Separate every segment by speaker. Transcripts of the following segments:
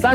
Speaker 1: 三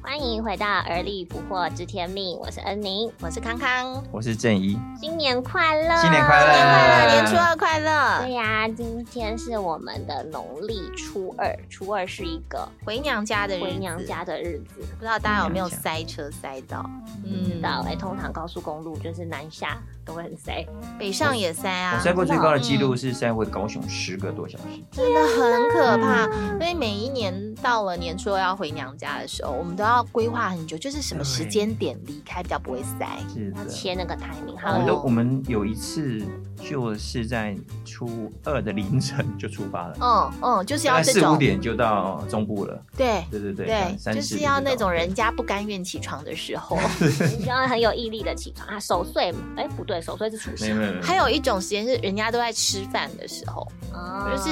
Speaker 2: 欢迎回到而立不惑知天命，我是恩宁，我是康康，
Speaker 3: 我是正一，
Speaker 2: 新年快乐！
Speaker 3: 新年快乐
Speaker 2: 新年快乐
Speaker 4: 年初二快乐
Speaker 2: 对！呀、今天是我们的农历初二，初二是一个
Speaker 4: 回娘家的日子，
Speaker 2: 回娘家的日子。
Speaker 4: 不知道大家有没有塞车塞到？嗯，
Speaker 2: 到哎、通常高速公路就是南下都会很塞，
Speaker 4: 北上也塞啊
Speaker 3: 我，塞过最高的记录是塞回高雄十个多小时。
Speaker 4: 真的很可怕。所以每一年到了年初二要回娘家的时候，我们都要规划很久，就是什么时间点离开比较不会塞。
Speaker 3: 是的，
Speaker 2: 切那个 timing
Speaker 4: 啊
Speaker 3: 我
Speaker 2: 好
Speaker 3: 们
Speaker 2: 有
Speaker 3: 都我们有一次就是在初二的凌晨就出发了，
Speaker 4: 嗯嗯，就是
Speaker 3: 大
Speaker 4: 要
Speaker 3: 概
Speaker 4: 这
Speaker 3: 四五
Speaker 4: 种
Speaker 3: 点就到中部了。
Speaker 4: 对
Speaker 3: 对对对，
Speaker 4: 对，
Speaker 3: 三
Speaker 4: 就是要那种。人家不甘愿起床的时 候。
Speaker 2: 你知道很有毅力的起床啊，守岁哎、不对，守岁是除
Speaker 3: 没
Speaker 2: 夕
Speaker 3: 有，没有没有。
Speaker 4: 还有一种时间是人家都在吃饭的时候，
Speaker 2: 哦
Speaker 4: 就是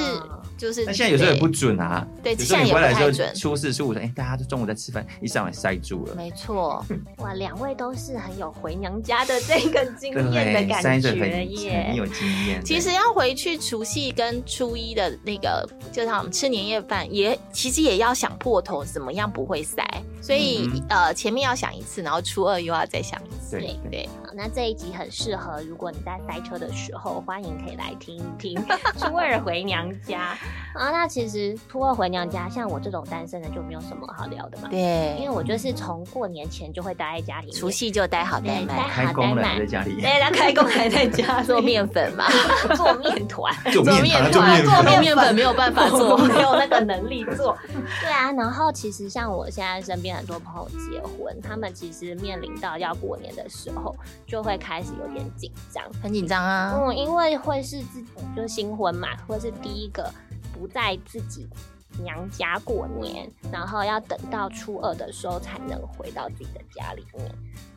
Speaker 4: 就是。
Speaker 3: 但现在有时候也不准啊。
Speaker 4: 对，
Speaker 3: 有
Speaker 4: 对
Speaker 3: 时
Speaker 4: 现在
Speaker 3: 候你
Speaker 4: 也
Speaker 3: 回
Speaker 4: 不
Speaker 3: 来的时
Speaker 4: 太
Speaker 3: 候，
Speaker 4: 准。
Speaker 3: 初四、初五的，哎，大家都中午在吃饭，一上来塞住了。
Speaker 4: 没 错，
Speaker 2: 哇，两位都是很有回娘家的这个经
Speaker 3: 对，
Speaker 2: 验的
Speaker 3: 塞
Speaker 2: 感
Speaker 3: 着
Speaker 2: 觉
Speaker 3: 很很
Speaker 2: 耶。
Speaker 3: 有经验。对
Speaker 4: 其实要回去除夕跟初一的那个，就是我们吃年夜饭，也其实也要想破头，怎么样不会塞。所以、
Speaker 3: 嗯
Speaker 4: 呃，前面要想一次，然后初二又要再想一次。
Speaker 3: 对
Speaker 4: 对，
Speaker 2: 好那这一集很适合，如果你在塞车的时候，欢迎可以来听一听初二回娘家。 啊，那其实初二回娘家，像我这种单身的就没有什么好聊的嘛，因为
Speaker 4: 对，
Speaker 2: 我就是从过年前就会待在家里面，
Speaker 4: 除夕就待好待
Speaker 2: 对待
Speaker 4: 满，
Speaker 2: 好
Speaker 3: 开工了
Speaker 2: 待
Speaker 3: 还在
Speaker 2: 满。
Speaker 3: 家里
Speaker 2: 对，他开工还在 家
Speaker 4: 做面粉嘛，
Speaker 2: 做 面团，
Speaker 3: 做团
Speaker 4: 做面
Speaker 3: 团
Speaker 4: 做面粉没有办 法
Speaker 2: 我
Speaker 4: 做。
Speaker 2: 没有那个能力做。对啊，然后其实像我现在身边很多朋友结婚，他们其实面临到要过年的时候，就会开始有点紧张。
Speaker 4: 很紧张 啊，
Speaker 2: 嗯，因为会是自己就新婚嘛，会是第一个不在自己娘家过年，然后要等到初二的时候才能回到自己的家里面。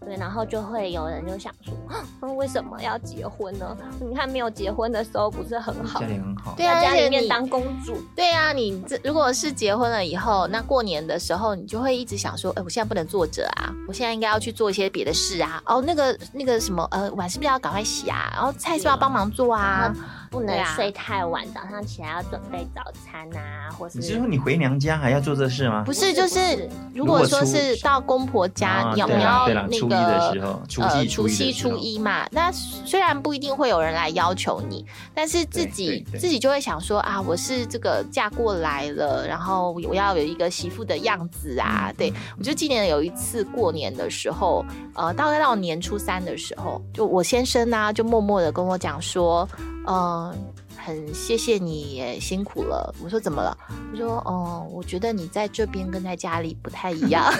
Speaker 2: 对，然后就会有人就想说，啊为什么要结婚呢？你看没有结婚的时候不是很好
Speaker 3: 家，里很好。
Speaker 4: 对啊，
Speaker 2: 在家
Speaker 4: 而且
Speaker 2: 里
Speaker 4: 你
Speaker 2: 面当公主。
Speaker 4: 对啊，你这如果是结婚了以后，那过年的时候你就会一直想说，哎、我现在不能坐着啊，我现在应该要去做一些别的事啊。哦，那个那个什么，呃，碗是不是要赶快洗啊？然后菜是不是要帮忙做啊
Speaker 2: 然？后不
Speaker 4: 对
Speaker 2: 能
Speaker 4: 啊
Speaker 2: 睡太晚，早上起来要准备早餐啊，或是
Speaker 3: 你是说你回娘家还要做这事吗
Speaker 4: 不？
Speaker 2: 不
Speaker 4: 是，
Speaker 2: 是
Speaker 4: 就
Speaker 2: 不
Speaker 4: 是
Speaker 2: 是
Speaker 4: 如果说
Speaker 3: 如果初
Speaker 4: 是到公婆家，
Speaker 3: 啊
Speaker 4: 你要你
Speaker 3: 对啦
Speaker 4: 要
Speaker 3: 对啦
Speaker 4: 那
Speaker 3: 初一的时
Speaker 4: 个。
Speaker 3: 候，除
Speaker 4: 呃，
Speaker 3: 夕
Speaker 4: 除夕
Speaker 3: 初
Speaker 4: 初
Speaker 3: 一
Speaker 4: 一嘛，那虽然不一定会有人来要求你，但是自
Speaker 3: 对
Speaker 4: 己
Speaker 3: 对对
Speaker 4: 自己就会想说啊，我是这个嫁过来了，然后我要有一个媳妇的样子
Speaker 3: 嗯
Speaker 4: 啊，对，我觉得今年有一次过年的时候，呃，大概到年初三的时候，就我先生呢、就默默的跟我讲说，嗯、很谢谢你也辛苦了。我说怎么了？我说，嗯、我觉得你在这边跟在家里不太一样。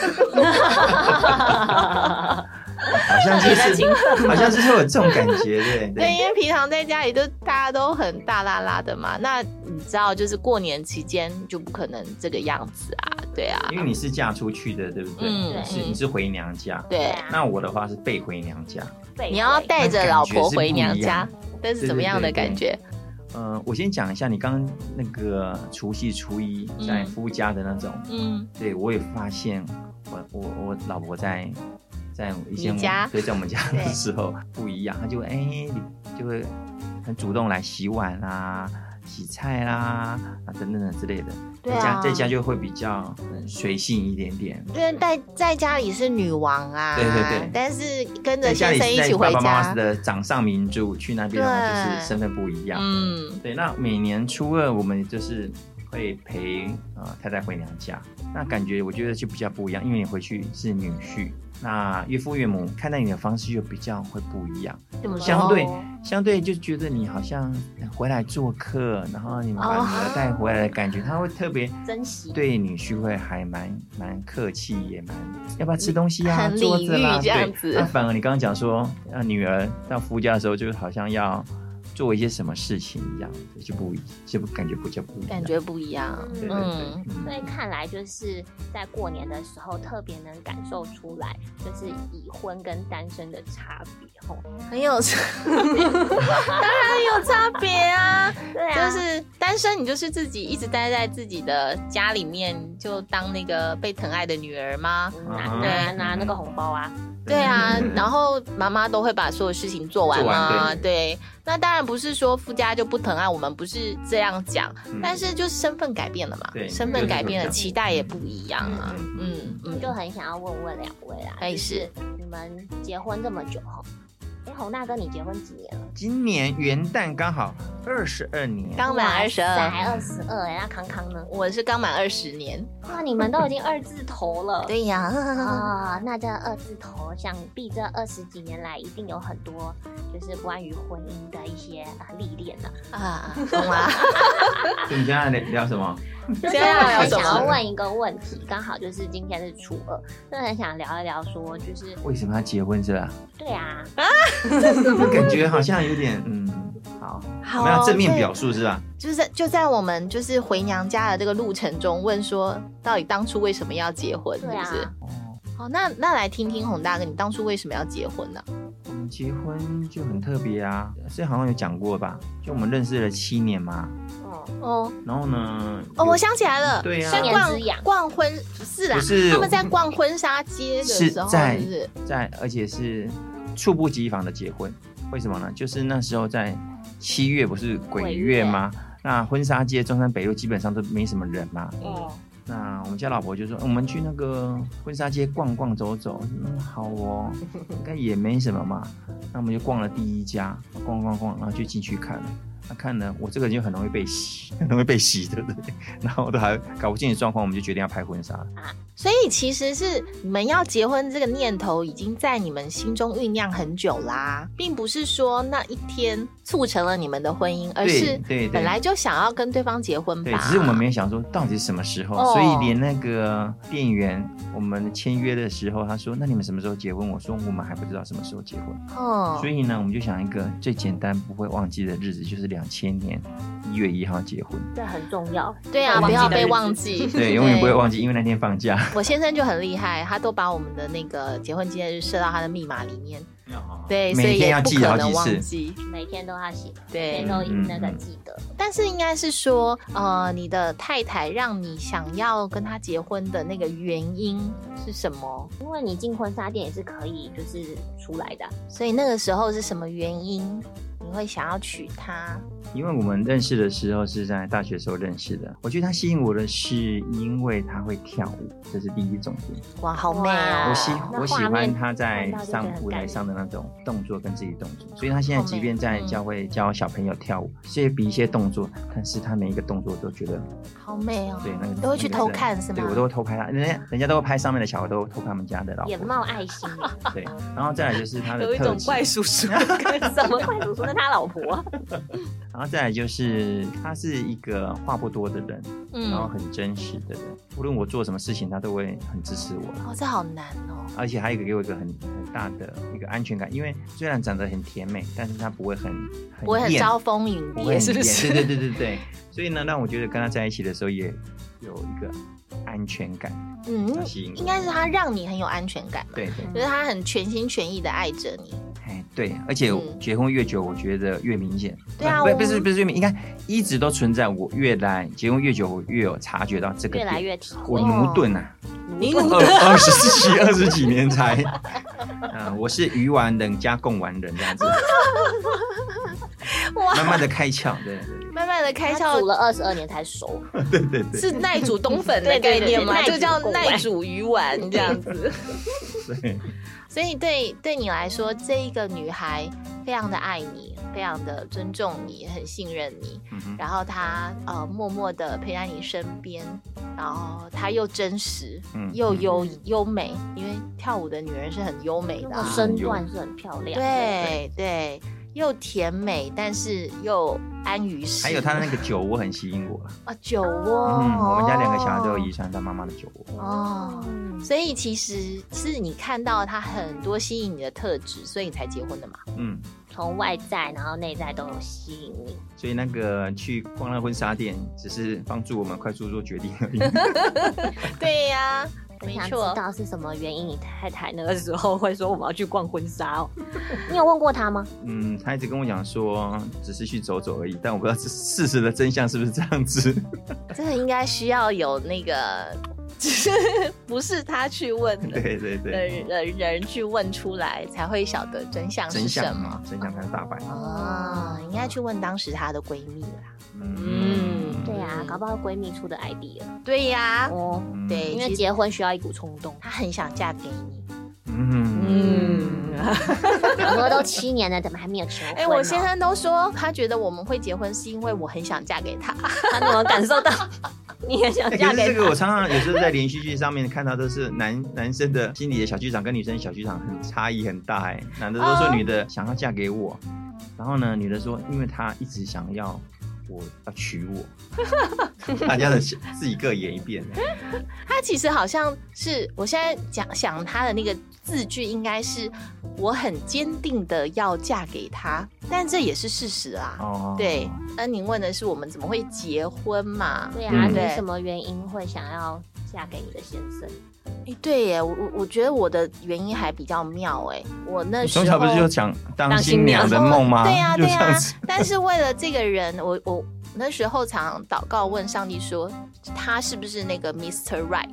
Speaker 3: 好像就是好像就是会有这种感觉，对
Speaker 4: 对，因为平常在家里就大家都很大啦啦的嘛，那你知道，就是过年期间就不可能这个样子啊，对啊，
Speaker 3: 因为你是嫁出去的，对不对？
Speaker 4: 嗯
Speaker 3: 你是
Speaker 4: 嗯
Speaker 3: 你是回娘家。
Speaker 4: 对，
Speaker 2: 啊
Speaker 3: 那我的话是被回娘家。
Speaker 2: 被
Speaker 4: 你要
Speaker 2: 围
Speaker 4: 带着老婆回娘
Speaker 3: 那
Speaker 4: 家
Speaker 3: 感，
Speaker 4: 但是怎么样的感觉？
Speaker 3: 呃，我先讲一下你刚刚那个除夕初一在
Speaker 4: 嗯
Speaker 3: 夫家的那种，
Speaker 4: 嗯，
Speaker 3: 对我也发现我我我老婆在在以前
Speaker 4: 你
Speaker 3: 我
Speaker 4: 家
Speaker 3: 对在我们家的时候不一样，她就会哎、你就会很主动来洗碗啦、洗菜啦啊等等的之类的，
Speaker 4: 对
Speaker 3: 在
Speaker 4: 啊
Speaker 3: 家在家就会比较嗯随性一点点。
Speaker 4: 因为在在家里是女王啊，
Speaker 3: 对对对
Speaker 4: 但是跟
Speaker 3: 在
Speaker 4: 着
Speaker 3: 家
Speaker 4: 先
Speaker 3: 里
Speaker 4: 生一
Speaker 3: 是
Speaker 4: 起
Speaker 3: 在
Speaker 4: 回
Speaker 3: 爸爸妈
Speaker 4: 家
Speaker 3: 妈，的掌上明珠，去那边的话就是身份不一样。
Speaker 4: 嗯，
Speaker 3: 对，那每年初二我们就是会陪呃太太回娘家，那感觉我觉得就比较不一样，因为你回去是女婿，那岳父岳母看待你的方式就比较会不一样，
Speaker 4: 怎
Speaker 2: 哦
Speaker 4: 么说
Speaker 3: 相对相对就觉得你好像回来做客，然后你把女儿带回来的感觉，他会特别
Speaker 2: 珍惜，
Speaker 3: 对女婿会还蛮蛮客气，也蛮要不要吃东西啊，
Speaker 4: 很礼
Speaker 3: 桌子啦，
Speaker 4: 遇这样
Speaker 3: 对。
Speaker 4: 子
Speaker 3: 呃那反而你刚刚讲说，啊，女儿到夫家的时候，就好像要做一些什么事情一样，就不一就不感觉不就不一样
Speaker 4: 感觉不一样。
Speaker 3: 对对对，
Speaker 4: 嗯
Speaker 3: 嗯
Speaker 2: 所以看来就是在过年的时候特别能感受出来，就是已婚跟单身的差别哦。
Speaker 4: 很有差， 当然有差别啊！
Speaker 2: 对啊，
Speaker 4: 就是单身，你就是自己一直待在自己的家里面，就当那个被疼爱的女儿吗？
Speaker 2: 拿
Speaker 3: 嗯
Speaker 2: 拿
Speaker 3: 嗯
Speaker 2: 拿那个红包啊，
Speaker 4: 对啊，然后妈妈都会把所有事情做完
Speaker 3: 做完
Speaker 4: 嘛。对，那当然不是说夫家就不疼爱我们，不是这样讲，
Speaker 3: 嗯
Speaker 4: 但是就是身份改变了嘛，
Speaker 3: 对
Speaker 4: 身份改变
Speaker 3: 就是这
Speaker 4: 了，
Speaker 3: 样
Speaker 4: 期待也不一样啊。嗯嗯，
Speaker 2: 就很想要问问两位啦，
Speaker 4: 哎
Speaker 2: 就是你们结婚这么久后，哎，洪大哥，你结婚几年了？
Speaker 3: 今年元旦刚好二十二年，
Speaker 4: 刚满二十二，
Speaker 2: 才二十二，哎那康康呢？
Speaker 4: 我是刚满二十年。
Speaker 2: 哇，你们都已经二字头了。
Speaker 4: 对呀，
Speaker 2: 啊、那这二字头，想必这二十几年来一定有很多，就是关于婚姻的一些呃历练呢。
Speaker 4: 啊，懂吗？
Speaker 3: 你今天聊聊什么？
Speaker 2: 就是
Speaker 4: 接下来
Speaker 2: 我
Speaker 4: 聊
Speaker 2: 很
Speaker 4: 什
Speaker 2: 想
Speaker 4: 么
Speaker 2: 要问一个问题，刚好就是今天是初二，那很想聊一聊说，就是
Speaker 3: 为什么要结婚是 吧？
Speaker 2: 对啊，
Speaker 3: 感觉好像有点嗯，好，我
Speaker 4: 好啊
Speaker 3: 们要正面
Speaker 4: 对
Speaker 3: 表述是吧？
Speaker 4: 就是在就在我们就是回娘家的这个路程中，问说到底当初为什么要结婚，是
Speaker 2: 对啊
Speaker 4: 不是？
Speaker 3: 哦，
Speaker 4: 好，那那来听听洪大哥，你当初为什么要结婚呢、
Speaker 3: 我们结婚就很特别啊，这好像有讲过吧？就我们认识了七年嘛，
Speaker 2: 哦，
Speaker 4: 哦
Speaker 3: 然后呢？
Speaker 4: 哦，
Speaker 3: 有
Speaker 4: 我想起来了，
Speaker 3: 对啊
Speaker 4: 是
Speaker 2: 七年之痒
Speaker 4: 逛逛婚不是啦，
Speaker 3: 不是
Speaker 4: 他们在逛婚纱街的
Speaker 3: 是
Speaker 4: 时候，
Speaker 3: 在
Speaker 4: 是不是？
Speaker 3: 在，而且是猝不及防的结婚。为什么呢？就是那时候在七月不是鬼月吗？那婚纱街中山北路基本上都没什么人嘛。
Speaker 2: 哦，
Speaker 3: 那我们家老婆就说，我们去那个婚纱街逛逛走走。嗯，好哦，应该也没什么嘛。那我们就逛了第一家，逛逛逛，然后就进去看了。那看呢，我这个人就很容易被洗， 很容易被洗，对不对？ 然后都还搞不清楚状况，我们就决定要拍婚纱。
Speaker 4: 所以其实是你们要结婚这个念头已经在你们心中酝酿很久啦，并不是说那一天促成了你们的婚姻，而
Speaker 3: 对
Speaker 4: 是
Speaker 3: 对对
Speaker 4: 本来就想要跟对方结婚
Speaker 3: 对，
Speaker 4: 吧。
Speaker 3: 只是我们没有想说到底什么时候，
Speaker 4: 哦
Speaker 3: 所以连那个店员，我们签约的时候，他说：“那你们什么时候结婚？”我说：“我们还不知道什么时候结婚。
Speaker 4: 哦
Speaker 3: 所以呢，我们就想一个最简单不会忘记的日子，就是两千年一月一号结婚。
Speaker 2: 这很重要。
Speaker 4: 对啊，
Speaker 3: 忘
Speaker 4: 不
Speaker 3: 记
Speaker 4: 要
Speaker 3: 的
Speaker 4: 被
Speaker 3: 日子
Speaker 4: 忘记，
Speaker 3: 对，永远不会忘记，因为那天放假。
Speaker 4: 我先生就很厉害，他都把我们的那个结婚纪念日设到他的密码里面，对，所
Speaker 3: 哦每
Speaker 4: 以
Speaker 3: 天
Speaker 4: 也
Speaker 3: 要
Speaker 4: 不
Speaker 3: 记好
Speaker 4: 可能
Speaker 3: 几
Speaker 4: 忘
Speaker 3: 次。嗯
Speaker 4: 记。
Speaker 2: 每天都要写，每
Speaker 4: 对
Speaker 2: 天都那个记得。
Speaker 4: 但是应该是说，呃，你的太太让你想要跟他结婚的那个原因是什么？
Speaker 2: 因为你进婚纱店也是可以，就是出来的啊。
Speaker 4: 所以那个时候是什么原因？你会想要娶她？
Speaker 3: 因为我们认识的时候是在大学时候认识的，我觉得他吸引我的是因为他会跳舞，这是第一重点。
Speaker 4: 哇，好美哦！
Speaker 3: 啊我喜
Speaker 2: 那
Speaker 3: 我喜
Speaker 2: 画面
Speaker 3: 欢他在
Speaker 2: 看到就
Speaker 3: 上
Speaker 2: 觉得很
Speaker 3: 舞台
Speaker 2: 感
Speaker 3: 上的那种动作跟自己动作，所以他现在
Speaker 4: 好美
Speaker 3: 即便在
Speaker 4: 嗯
Speaker 3: 教会教小朋友跳舞，这些比一些动作，但是他每一个动作都觉得
Speaker 4: 好美哦！
Speaker 3: 对那个
Speaker 4: 都会去
Speaker 3: 那个
Speaker 4: 偷
Speaker 3: 真的
Speaker 4: 看是吗
Speaker 3: 对我都会偷拍他，人家人家都会拍上面的小孩，都会偷看我们家的老
Speaker 2: 眼
Speaker 3: 婆。
Speaker 2: 冒 爱心，
Speaker 3: 对，然后再来就是他的
Speaker 4: 有一
Speaker 3: 特
Speaker 4: 种
Speaker 3: 质，
Speaker 4: 怪叔叔的感觉。
Speaker 2: 怎么会读出那他老婆？
Speaker 3: 然后再来就是他是一个话不多的人，然后
Speaker 4: 嗯，
Speaker 3: 很真实的人，无论我做什么事情，他都会很支持我。
Speaker 4: 哦，这好难哦。
Speaker 3: 而且还有一个给我一个很很大的一个安全感，因为虽然长得很甜美，但是她不会很很
Speaker 4: 不会很
Speaker 3: 艳
Speaker 4: 招蜂引
Speaker 3: 不会
Speaker 4: 蝶，
Speaker 3: 很
Speaker 4: 是不
Speaker 3: 艳
Speaker 4: 是？
Speaker 3: 对对对对对。所以呢，让我觉得跟她在一起的时候也有一个安全感，
Speaker 4: 嗯
Speaker 3: 很，吸引我。
Speaker 4: 应该是他让你很有安全感，
Speaker 3: 对对，
Speaker 4: 就是他很全心全意的爱着你。
Speaker 3: 哎对，而且
Speaker 4: 嗯
Speaker 3: 结婚越久，我觉得越明显。
Speaker 4: 对啊
Speaker 3: 不
Speaker 4: 我
Speaker 3: 不是不是越明，应该一直都存在。我越来结婚越久，我越有察觉到这个
Speaker 2: 越
Speaker 3: 点。
Speaker 2: 来越体会
Speaker 3: 我。
Speaker 4: 哦
Speaker 3: 牛顿啊，
Speaker 4: 你
Speaker 3: 二二十几二十几年才，啊，我是鱼丸人加贡丸人这样子，
Speaker 4: 哇
Speaker 3: 慢慢的开窍，对
Speaker 4: 慢慢的开
Speaker 2: 他煮
Speaker 4: 窍
Speaker 2: 了二十二年才熟，
Speaker 3: 对对对
Speaker 4: 是耐煮冬粉的
Speaker 2: 对对
Speaker 4: 概
Speaker 2: 对
Speaker 4: 念吗？
Speaker 2: 对
Speaker 4: 就叫
Speaker 2: 耐煮
Speaker 4: 耐煮鱼丸这样 子。
Speaker 3: 对对，
Speaker 4: 所以对对你来说，这一个女孩非常的爱你，非常的尊重你，很信任你。
Speaker 3: 嗯哼
Speaker 4: 然后她呃默默的陪在你身边，然后她又真实，
Speaker 3: 嗯
Speaker 4: 又优优美，
Speaker 3: 嗯
Speaker 4: 因为跳舞的女人是很优美的、
Speaker 2: 那
Speaker 4: 啊
Speaker 2: 个，身段是很漂亮的。
Speaker 4: 对对，又甜美，但是又安于世。
Speaker 3: 还有他那个酒窝很吸引我啊，
Speaker 4: 啊，酒窝，
Speaker 3: 嗯，我们家两个小孩都有遗传他妈妈的酒窝。
Speaker 4: 哦。所以其实是你看到他很多吸引你的特质，所以你才结婚 的嘛。
Speaker 3: 嗯，
Speaker 2: 从外在然后内在都有吸引你。
Speaker 3: 所以那个去逛那婚纱店，只是帮助我们快速做决定 而已。
Speaker 4: 对呀、
Speaker 2: 很
Speaker 4: 没
Speaker 2: 想知
Speaker 4: 错。
Speaker 2: 道是什么原因，你太太 那个时候会说我们要去逛婚纱哦。你有问过她吗？
Speaker 3: 嗯，他一直跟我讲说，只是去走走而已，但我不知道这事实的真相是不是这样子。
Speaker 4: 这个应该需要有那个， 只是不是他去问的
Speaker 3: 对对对，
Speaker 4: 的的人去问出来，才会晓得真相是
Speaker 3: 真
Speaker 4: 什
Speaker 3: 相
Speaker 4: 么
Speaker 3: 嘛，真相才是大白。
Speaker 4: 啊、应该去问当时她的闺蜜啦。嗯啊
Speaker 2: 对啊，搞不好闺蜜出的 idea
Speaker 4: 对呀、
Speaker 2: 哦，
Speaker 3: 嗯
Speaker 4: 对
Speaker 2: 因为结婚需要一股冲 动。
Speaker 4: 她很想嫁给你。
Speaker 3: 嗯，
Speaker 4: 嗯，
Speaker 2: 我说都七年了，怎么还没有求婚呢？
Speaker 4: 哎、我先生都说他觉得我们会结婚是因为我很想嫁给他。
Speaker 2: 他没有 感受到，你也想
Speaker 3: 哎
Speaker 2: 嫁
Speaker 3: 可是
Speaker 2: 给
Speaker 3: 这个
Speaker 2: 他
Speaker 3: 我常常有时候在连续剧上面看到，都是男 男生的心里的小剧场跟女生小剧场很差异很大哎、男的都说
Speaker 4: 哦
Speaker 3: 女的想要嫁给我，然后呢，女的说因为她一直想要我要娶我， 大家的自己各演一遍。欸
Speaker 4: 他其实好像是我现在讲想他的那个字句，应该是我很坚定的要嫁给他，但这也是事实啊。
Speaker 3: 哦，
Speaker 4: 对，那您问的是我们怎么会结婚嘛？
Speaker 2: 对啊，
Speaker 3: 嗯
Speaker 2: 你
Speaker 4: 对
Speaker 2: 什么原因会想要嫁给你的先生？
Speaker 4: 哎、对耶，我我我觉得我的原因还比较妙哎，我那
Speaker 3: 你
Speaker 4: 时候
Speaker 3: 从小不是就讲当
Speaker 2: 当新
Speaker 3: 新娘的
Speaker 2: 娘
Speaker 3: 梦吗？
Speaker 4: 对呀、
Speaker 3: 就
Speaker 4: 对
Speaker 3: 这
Speaker 4: 呀、
Speaker 3: 样子。
Speaker 4: 但是为了这个人，我我那时候常祷告问上帝说，他是不是那个 Mr. Right？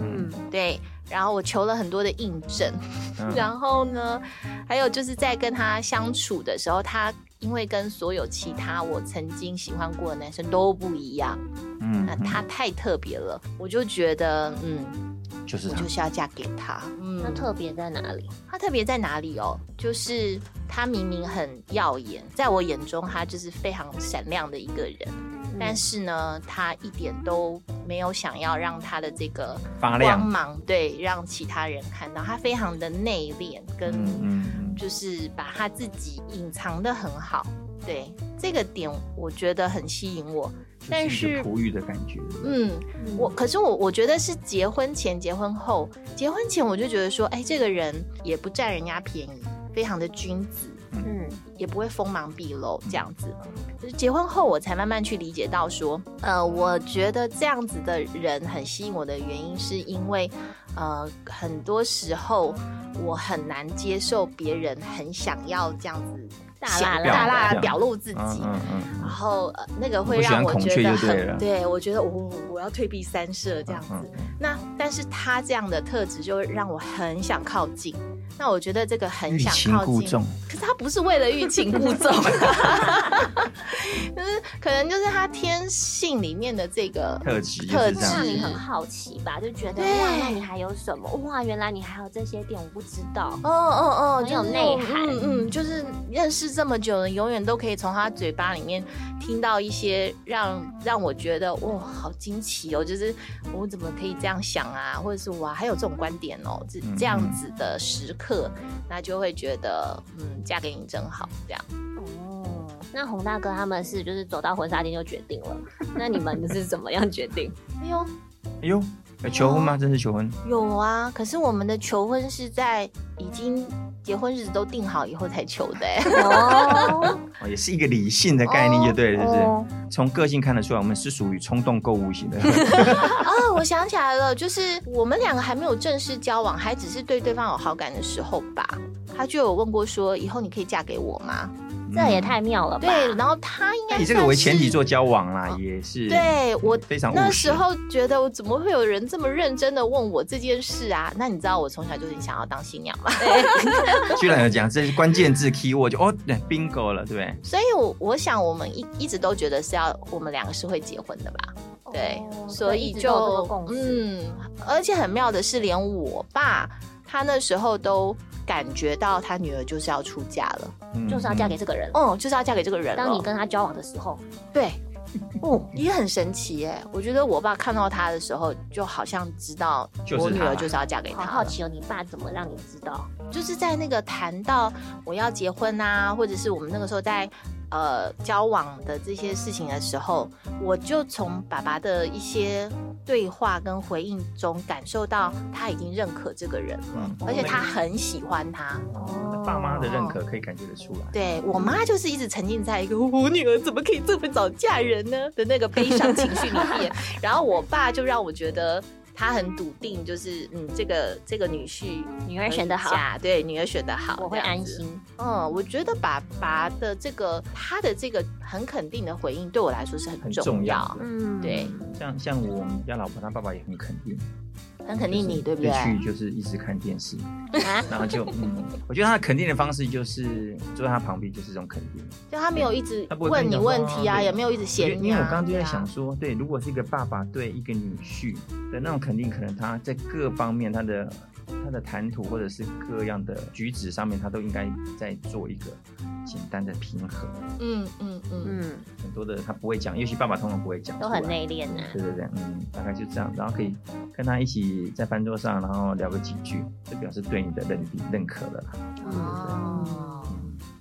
Speaker 2: 嗯，
Speaker 4: 对，然后我求了很多的印证，
Speaker 3: 嗯
Speaker 4: 然后呢，还有就是在跟他相处的时候，他因为跟所有其他我曾经喜欢过的男生都不一样，
Speaker 3: 嗯
Speaker 4: 那他太特别了，我就觉得，嗯，
Speaker 3: 就是
Speaker 4: 我
Speaker 3: 他
Speaker 4: 就，是要嫁给他。嗯
Speaker 2: 那，特别在哪里？
Speaker 4: 他特别在哪里哦？就是他明明很耀眼，在我眼中他就是非常闪亮的一个人，但是呢，他一点都没有想要让他的这个
Speaker 3: 发
Speaker 4: 光
Speaker 3: 亮。
Speaker 4: 芒，对，让其他人看到他非常的内敛，跟
Speaker 3: 嗯
Speaker 4: 就是把他自己隐藏的很好。对，这个点我觉得很吸引我。但
Speaker 3: 就是一个
Speaker 4: 是
Speaker 3: 璞玉的感觉。
Speaker 4: 嗯，
Speaker 2: 嗯
Speaker 4: 我可是我我觉得是结婚前、结婚后，结婚前我就觉得说，哎，这个人也不占人家便宜，非常的君子，
Speaker 2: 嗯
Speaker 4: 也不会锋芒毕露这样子。就是结婚后，我才慢慢去理解到说，呃，我觉得这样子的人很吸引我的原因，是因为，呃，很多时候我很难接受别人很想要这样子
Speaker 2: 大辣
Speaker 4: 想大
Speaker 2: 辣
Speaker 3: 这
Speaker 4: 辣
Speaker 3: 样
Speaker 4: 表露自己。
Speaker 3: 嗯嗯嗯，
Speaker 4: 然后、呃、那个会
Speaker 3: 不喜
Speaker 4: 让
Speaker 3: 欢
Speaker 4: 我
Speaker 3: 孔
Speaker 4: 觉
Speaker 3: 雀
Speaker 4: 得
Speaker 3: 就对了
Speaker 4: 很，对我觉得我、我要退避三舍这样子。
Speaker 3: 嗯嗯
Speaker 4: 那但是他这样的特质就让我很想靠近。那我觉得这个很
Speaker 3: 欲
Speaker 4: 想
Speaker 3: 擒
Speaker 4: 靠
Speaker 3: 故
Speaker 4: 近，
Speaker 3: 纵，
Speaker 4: 可是他不是为了欲擒故纵， 就是可能就是他天性里面的这个
Speaker 3: 特质就是
Speaker 4: 特
Speaker 3: 这
Speaker 2: 让
Speaker 3: 样
Speaker 2: 你
Speaker 4: 质
Speaker 2: 很好奇吧，就觉得
Speaker 4: 对
Speaker 2: 哇，那你还有什么？哇，原来你还有这些点，我不知道。
Speaker 4: 哦哦哦，
Speaker 2: 很有
Speaker 4: 就是
Speaker 2: 内涵
Speaker 4: 嗯嗯，就是认识这么久了，永远都可以从他嘴巴里面听到一些让让我觉得哇，好惊奇哦！就是我怎么可以这样想啊，或者是哇，还有这种观点哦，这
Speaker 3: 嗯
Speaker 4: 这样子的时刻，那就会觉得嗯，嫁给你真好，这样。
Speaker 2: 哦，那洪大哥他们是就是走到婚纱店就决定了，那你们是怎么样决 定？
Speaker 4: 哎呦，
Speaker 3: 哎呦，要求婚吗？真是求婚？
Speaker 4: 有啊，可是我们的求婚是在已经结婚日子都定好以后才求的、哎
Speaker 2: 哦，
Speaker 3: 哦，也是一个理性的概念，就对 了，是不
Speaker 2: 哦
Speaker 3: 是？从个性看得出来，我们是属于冲动购物型的。
Speaker 4: 啊，我想起来了，就是我们两个还没有正式交往，还只是对对方有好感的时候吧。他就有问过说，以后你可以嫁给我吗？
Speaker 2: 这也太妙了吧！
Speaker 4: 对，然后他应
Speaker 3: 嗯那
Speaker 4: 该
Speaker 3: 以这个为前提
Speaker 4: 算是
Speaker 3: 做交往啦，也是
Speaker 4: 对我
Speaker 3: 非常务实
Speaker 4: 那时候觉得我怎么会有人这么认真的问我这件事啊？那你知道我从小就很想要当新娘嘛，
Speaker 3: 居然有讲这是关键字 keyword 就哦对 bingo 了，对不对？
Speaker 4: 所以我我想我们一一直都觉得是要我们两个是会结婚的吧。
Speaker 2: 哦
Speaker 4: 对，所以
Speaker 2: 一直都有这个
Speaker 4: 就
Speaker 2: 共识
Speaker 4: 嗯，而且很妙的是，连我爸他那时候都感觉到他女儿就是要出嫁了，
Speaker 3: 嗯
Speaker 2: 就是要嫁给这个人。
Speaker 4: 哦嗯，就是要嫁给这个人了。
Speaker 2: 当你跟他交往的时候，
Speaker 4: 对，哦，也很神奇耶！我觉得我爸看到他的时候，就好像知道
Speaker 3: 就是
Speaker 4: 我女
Speaker 3: 他
Speaker 4: 儿就是要嫁给
Speaker 2: 好
Speaker 4: 他
Speaker 2: 好
Speaker 4: 了，
Speaker 2: 奇哦，你爸怎么让你知道？
Speaker 4: 就是在那个谈到我要结婚啊，或者是我们那个时候在呃交往的这些事情的时候，我就从爸爸的一些对话跟回应中感受到他已经认可这个人，
Speaker 3: 嗯，
Speaker 4: 而且他很喜欢他。
Speaker 3: 哦爸妈的认可可以感觉得出来。
Speaker 4: 对我妈就是一直沉浸在一个我女儿怎么可以这么早嫁人呢的那个悲伤情绪里面，然后我爸就让我觉得他很笃定，就是嗯，这个这个女婿
Speaker 2: 女儿选得好
Speaker 4: 可以嫁，对女儿选得好，
Speaker 2: 我会
Speaker 4: 这样
Speaker 2: 安
Speaker 4: 子。
Speaker 2: 心。
Speaker 4: 嗯，我觉得爸爸的这个他的这个很肯定的回应对我来说是很
Speaker 3: 很
Speaker 4: 重
Speaker 3: 重
Speaker 4: 要，
Speaker 3: 要
Speaker 2: 嗯，
Speaker 4: 对，
Speaker 3: 像像我们家老婆，她爸爸也很肯定，
Speaker 4: 很肯定你，对不对
Speaker 3: 就？去就是一直看电视，
Speaker 2: 啊，
Speaker 3: 然后就嗯，我觉得他的肯定的方式就是坐在他旁边就是这种肯定。
Speaker 4: 就他没有一直
Speaker 3: 他不会跟
Speaker 4: 问
Speaker 3: 你
Speaker 4: 你
Speaker 3: 讲说
Speaker 4: 问题
Speaker 3: 啊
Speaker 4: 啊，
Speaker 3: 对
Speaker 4: 也没有一直
Speaker 3: 因为
Speaker 4: 嫌你
Speaker 3: 因
Speaker 4: 啊。
Speaker 3: 为我刚刚就在
Speaker 4: 对啊
Speaker 3: 想说，对，如果是一个爸爸对一个女婿的那种肯定，可能他在各方面他的他的谈吐或者是各样的举止上面，他都应该在做一个简单的平衡。
Speaker 4: 嗯嗯嗯，
Speaker 2: 嗯，
Speaker 3: 很多的他不会讲，也许爸爸通常不会讲，
Speaker 2: 都
Speaker 4: 啊
Speaker 2: 很。内敛啊呐。
Speaker 3: 对对对，嗯，大概就这样，然后可以跟他一起在饭桌上，然后聊个几句，就表示对你的认定认可了啦。
Speaker 4: 嗯哦，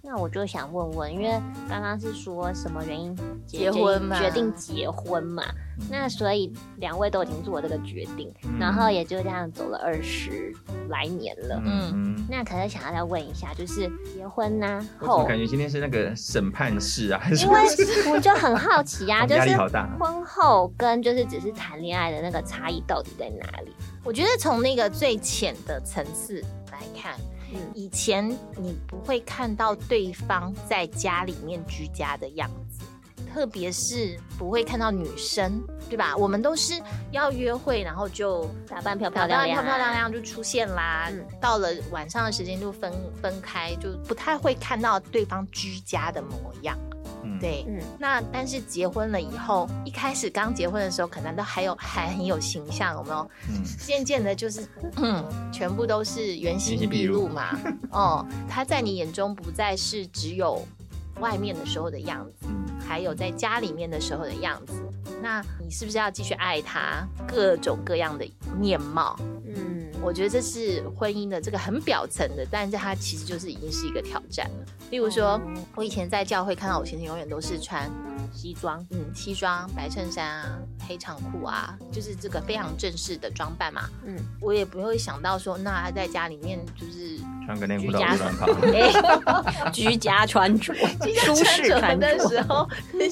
Speaker 2: 那我就想问问，因为刚刚是说什么原因
Speaker 4: 结婚嘛
Speaker 2: 决定结婚嘛？
Speaker 3: 嗯
Speaker 2: 那所以两位都已经做了这个决定，
Speaker 3: 嗯
Speaker 2: 然后也就这样走了二十来年了。
Speaker 3: 嗯，
Speaker 2: 那可能想要再问一下，就是结婚呢、
Speaker 3: 我怎么
Speaker 2: 后，
Speaker 3: 感觉今天是那个审判室啊？还 是
Speaker 2: 因为我就很好奇啊，
Speaker 3: 我
Speaker 2: 就
Speaker 3: 压力
Speaker 2: 是
Speaker 3: 好大
Speaker 2: 婚后跟就是只是谈恋爱的那个差异到底在哪里？
Speaker 4: 我觉得从那个最浅的层次来看，
Speaker 2: 嗯
Speaker 4: 以前你不会看到对方在家里面居家的样子，特别是不会看到女生，对吧？我们都是要约会，然后就
Speaker 2: 打扮漂
Speaker 4: 漂
Speaker 2: 漂
Speaker 4: 亮亮、
Speaker 2: 亮亮、啊
Speaker 4: 漂漂亮。亮就出现啦。
Speaker 2: 嗯
Speaker 4: 到了晚上的时间就分分开，就不太会看到对方居家的模样。
Speaker 3: 嗯，
Speaker 4: 对，
Speaker 2: 嗯
Speaker 4: 那但是结婚了以后，一开始刚结婚的时候，可能都还有还很有形象，有没有？
Speaker 3: 嗯
Speaker 4: 渐渐的，就是
Speaker 2: 嗯
Speaker 4: 全部都是原形毕露嘛。 哦，他在你眼中不再是只有外面的时候的样子，
Speaker 3: 嗯。
Speaker 4: 还有在家里面的时候的样子。那你是不是要继续爱他各种各样的面貌？
Speaker 2: 嗯，
Speaker 4: 我觉得这是婚姻的这个很表层的，但是它其实就是已经是一个挑战了。例如
Speaker 2: 哦
Speaker 4: 说，我以前在教会看到我先生永远都是穿
Speaker 2: 西装。
Speaker 4: 嗯西装、白衬衫啊、黑长裤啊，就是这个非常正式的装扮嘛。
Speaker 2: 嗯，
Speaker 4: 我也不会想到说，那他在家里面就是
Speaker 3: 穿个内裤
Speaker 2: 居
Speaker 3: 到
Speaker 2: 家
Speaker 3: 处乱跑，
Speaker 2: 哎居家穿 着，舒
Speaker 4: 穿
Speaker 2: 适
Speaker 4: 什么
Speaker 2: 穿 着
Speaker 4: 的。时候 是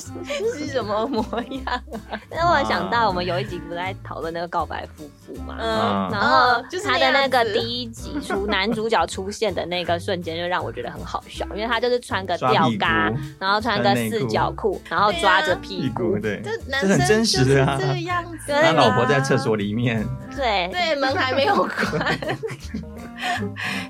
Speaker 4: 是什
Speaker 3: 嗯
Speaker 4: 么模样？
Speaker 2: 那我想到我们有一集不是在讨论那个告白夫妇嘛，
Speaker 4: 嗯，
Speaker 2: 然
Speaker 3: 啊
Speaker 2: 后
Speaker 4: 哦就是
Speaker 2: 他
Speaker 4: 那
Speaker 2: 的那
Speaker 4: 样
Speaker 2: 个
Speaker 4: 子
Speaker 2: 第一集出男主角出现的那个瞬间，就让我觉得很好笑，因为他就是穿个
Speaker 3: 刷
Speaker 2: 吊
Speaker 3: 屁股
Speaker 2: 嘎，然后穿个
Speaker 3: 穿内裤
Speaker 2: 四角裤，然后抓着屁
Speaker 3: 屁股，对，啊
Speaker 4: 这男
Speaker 3: 这
Speaker 4: 生
Speaker 3: 很真
Speaker 4: 就是
Speaker 3: 实的啊
Speaker 4: 这个样子、啊
Speaker 2: 对
Speaker 3: 他
Speaker 2: 你
Speaker 3: 老婆在厕。所里面，
Speaker 2: 对，
Speaker 4: 对，门还没有关。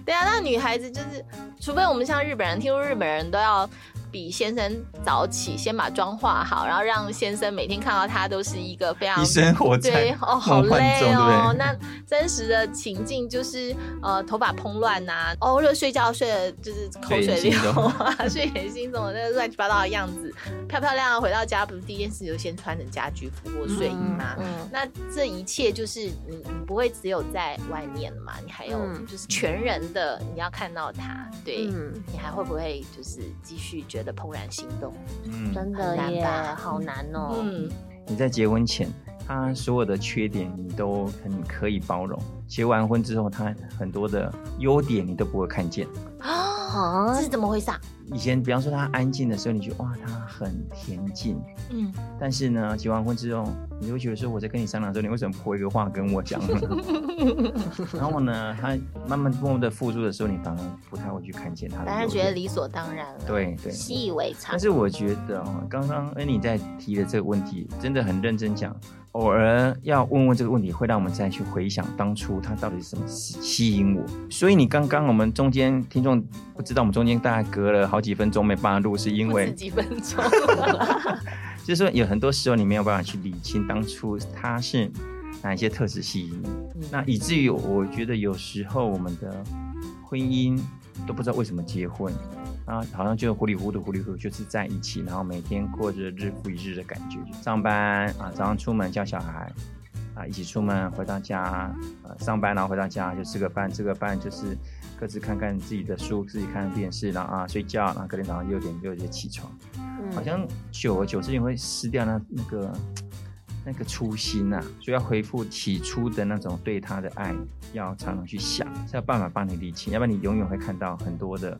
Speaker 4: 对啊，那女孩子就是，除非我们像日本人，听说日本人都要比先生早起，先把妆化好，然后让先生每天看到她都是一个非常
Speaker 3: 一身火
Speaker 4: 对
Speaker 3: 柴，
Speaker 4: 哦，好
Speaker 3: 梦幻
Speaker 4: 累
Speaker 3: 中
Speaker 4: 哦。
Speaker 3: 对不对
Speaker 4: 那真实的情境就是呃，头发蓬乱呐、哦，热睡觉睡的就是口水
Speaker 3: 睡眼
Speaker 4: 流
Speaker 3: 惺
Speaker 4: 啊， 睡眼惺忪那个乱七八糟的样子，漂漂亮亮啊回到家，不是第一件事就先穿着家居服或睡衣吗？
Speaker 2: 嗯，
Speaker 4: 那这一切就是你，你不会只有在外面了嘛？你还有
Speaker 2: 嗯
Speaker 4: 就是全人的，你要看到他，对、
Speaker 2: 嗯，
Speaker 4: 你还会不会就是继续觉得怦然心动？
Speaker 3: 嗯，
Speaker 2: 真的耶
Speaker 4: 很难吧，
Speaker 2: 好难哦。
Speaker 4: 嗯，
Speaker 3: 你在结婚前，他所有的缺点你都很可以包容，结完婚之后，他很多的优点你都不会看见。
Speaker 4: 啊，
Speaker 2: 啊
Speaker 4: 这，是怎么回事啊？
Speaker 3: 以前比方说他安静的时候，你觉得哇，他很恬静，
Speaker 4: 嗯，
Speaker 3: 但是呢，结完婚之后，你就会觉得说，我在跟你商量的时候，你为什么不回个话跟我讲 呢？然后呢，他慢慢默默的付出的时候，你反而不太会去看见他的优点，
Speaker 4: 反正觉得理所当然了。，
Speaker 3: 对对。
Speaker 2: 习以为常
Speaker 3: 但。是我觉得哦，刚刚恩妮在提的这个问题，真的很认真讲。偶尔要问问这个问题，会让我们再去回想当初他到底是什么吸吸引我。所以你刚刚我们中间听众不知道，我们中间大概隔了好几分钟没办法录，是因
Speaker 4: 不
Speaker 3: 为
Speaker 4: 止几分钟，
Speaker 3: 就是说有很多时候你没有办法去理清当初他是哪一些特质吸引你，那以至于我觉得有时候我们的婚姻都不知道为什么结婚，然后好像就糊里糊涂糊里糊涂就是在一起，然后每天过着日复一日的感觉，上班啊，早上出门叫小孩啊一起出门，回到家呃上班，然后回到家就吃个饭，吃个饭就是各自看看自己的书，自己看看电视，然后啊睡觉，然后隔天早上六点就就起床，好
Speaker 2: 嗯，
Speaker 3: 像久而久之你会失掉那那个。那个初心呐、所以要恢复起初的那种对他的爱，要常常去想，才有办法帮你理清，要不然你永远会看到很多的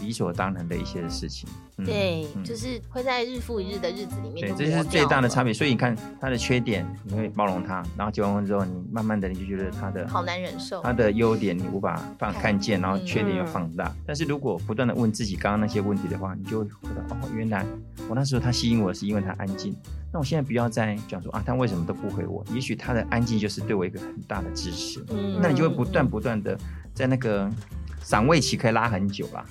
Speaker 3: 理所当然的一些事情。嗯、
Speaker 4: 对，
Speaker 3: 嗯
Speaker 4: 就是会在日复一日的日子里面
Speaker 3: 对，
Speaker 4: 就
Speaker 3: 这就是
Speaker 4: 磨
Speaker 3: 最
Speaker 4: 掉嗯
Speaker 3: 大的
Speaker 4: 了
Speaker 3: 差别。所以你看他的缺点，你会包容他，然后结完婚之后，你慢慢的你就觉得他的
Speaker 4: 好难忍受。
Speaker 3: 他的优点你无法放
Speaker 4: 看
Speaker 3: 看见，然后缺点又
Speaker 2: 嗯
Speaker 3: 放大。但是如果不断的问自己刚刚那些问题的话，你就会觉得哦，原来我那时候他吸引我是因为他安静。那我现在不要再讲说啊，他为什么都不回我？也许他的安静就是对我一个很大的支持。
Speaker 4: 嗯
Speaker 3: 那你就会不断不断的在那个赏味期可以拉很久啦，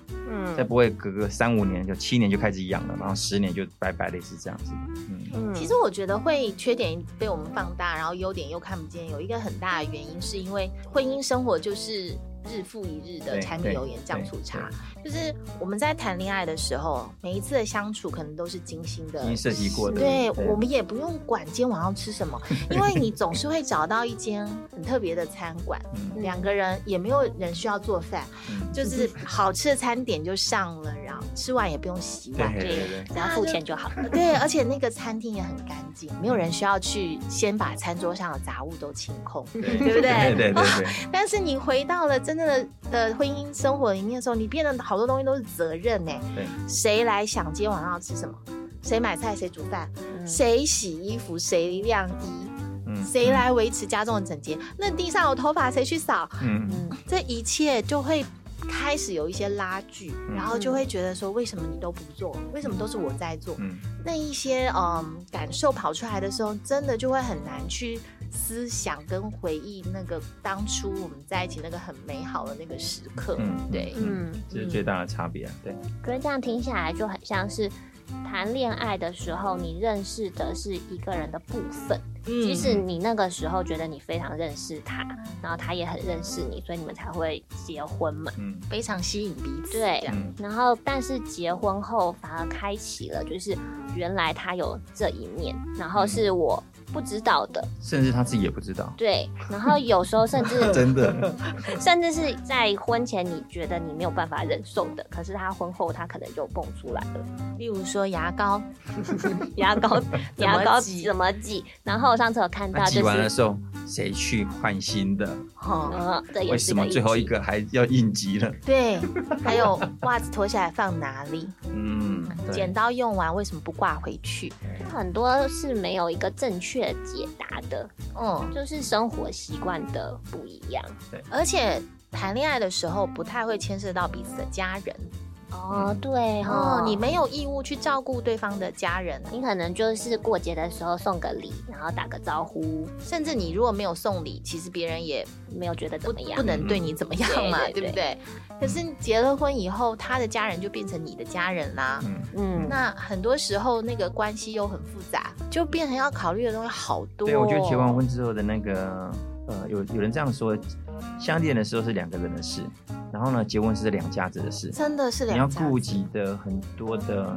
Speaker 3: 再
Speaker 2: 嗯，
Speaker 3: 不会隔个三五年就七年就开始养了，然后十年就拜拜，类似这样子。嗯，
Speaker 2: 嗯
Speaker 4: 其实我觉得会缺点被我们放大，然后优点又看不见，有一个很大的原因是因为婚姻生活就是日复一日的
Speaker 3: 对
Speaker 4: 柴米油盐酱醋茶，就是我们在谈恋爱的时候，每一次的相处可能都是精心的
Speaker 3: 已经设计过的。
Speaker 4: 对我们也不用管今天晚上吃什 么，因为你总是会找到一间很特别的餐馆，
Speaker 3: 嗯
Speaker 4: 两个人也没有人需要做饭，
Speaker 3: 嗯
Speaker 4: 就是好吃的餐点就上了，然后吃完也不用洗
Speaker 3: 对
Speaker 4: 碗。
Speaker 3: 对对对，
Speaker 2: 只要付钱就好了。
Speaker 4: 对，而且那个餐厅也很干净，没有人需要去先把餐桌上的杂物都清空。
Speaker 3: 嗯
Speaker 4: 对不对
Speaker 3: 对对对对。
Speaker 4: 但是你回到了真正的的婚姻生活里面的时候，你变得好多东西都是责任呢、
Speaker 3: 对
Speaker 4: 谁来想今天晚上要吃什么？谁买菜？谁煮饭？
Speaker 2: 嗯
Speaker 4: 谁洗衣服？谁晾衣？
Speaker 3: 嗯
Speaker 4: 谁？来维持家中的整洁？那地上有头发，谁去扫？
Speaker 3: 嗯，
Speaker 2: 嗯
Speaker 4: 这一切就会开始有一些拉锯，
Speaker 3: 嗯
Speaker 4: 然后就会觉得说，为什么你都不做？为什么都是我在做？
Speaker 3: 嗯
Speaker 4: 那一些嗯感受跑出来的时候，真的就会很难去思想跟回忆那个当初我们在一起那个很美好的那个时刻。
Speaker 3: 嗯
Speaker 4: 对，
Speaker 2: 嗯，
Speaker 3: 这是最大的差别啊。对，
Speaker 2: 可是这样听下来就很像是谈恋爱的时候，你认识的是一个人的部分。即使你那个时候觉得你非常认识他，然后他也很认识你，所以你们才会结婚嘛。
Speaker 3: 嗯
Speaker 4: 非常吸引彼此。
Speaker 2: 对
Speaker 4: 这样
Speaker 3: 嗯
Speaker 2: 然后，但是结婚后反而开启了，就是原来他有这一面，然后是我不知道的，
Speaker 3: 甚至他自己也不 知道，
Speaker 2: 对。然后有时候甚 至
Speaker 3: 啊真的。
Speaker 2: 甚至是在婚前你觉得你没有办法忍受的，可是他婚后他可能就蹦出来了。
Speaker 4: 例如说牙膏，
Speaker 2: 牙膏牙膏
Speaker 4: 挤
Speaker 2: 怎么挤？然后我上次有看到
Speaker 3: 那
Speaker 2: 就
Speaker 3: 挤完的
Speaker 2: 是，
Speaker 3: 时候，谁去换新的？
Speaker 4: 哦，
Speaker 2: 呃，这也
Speaker 3: 为
Speaker 2: 是
Speaker 3: 什
Speaker 2: 个
Speaker 3: 么
Speaker 2: 议
Speaker 3: 最后一
Speaker 2: 题
Speaker 3: 个还要应急了？
Speaker 4: 对，还有袜子脱下来放哪里？
Speaker 3: 嗯，
Speaker 4: 剪
Speaker 3: 对。
Speaker 4: 刀用完为什么不挂回去？
Speaker 2: 很多是没有一个正确解答的，
Speaker 4: 嗯，
Speaker 2: 就是生活习惯的不一样。
Speaker 3: 嗯
Speaker 4: 而且谈恋爱的时候不太会牵涉到彼此的家人，
Speaker 2: 哦，对
Speaker 4: 哦
Speaker 2: 哦，，
Speaker 4: 你
Speaker 2: 你们
Speaker 4: 没有义务去照顾对方的家人。
Speaker 2: 你可能就是过节的时候送个礼，然后打个招呼，
Speaker 4: 甚至你如果没有送礼，其实别人也
Speaker 2: 没有觉得怎么样
Speaker 4: 不。能对你怎么样嘛，
Speaker 2: 嗯
Speaker 4: 对
Speaker 2: 对
Speaker 4: 不对？可是结了婚以后，他的家人就变成你的家人啦。
Speaker 3: 嗯
Speaker 2: 嗯，
Speaker 4: 那很多时候那个关系又很复杂，就变成要考虑的东西好多、
Speaker 3: 对，我觉得结完，婚之后的那个，呃，有有人这样说，相恋的时候是两个人的事，然后呢，结婚是两家子的事，
Speaker 4: 真的是
Speaker 3: 你要
Speaker 4: 两家
Speaker 3: 顾及的很多的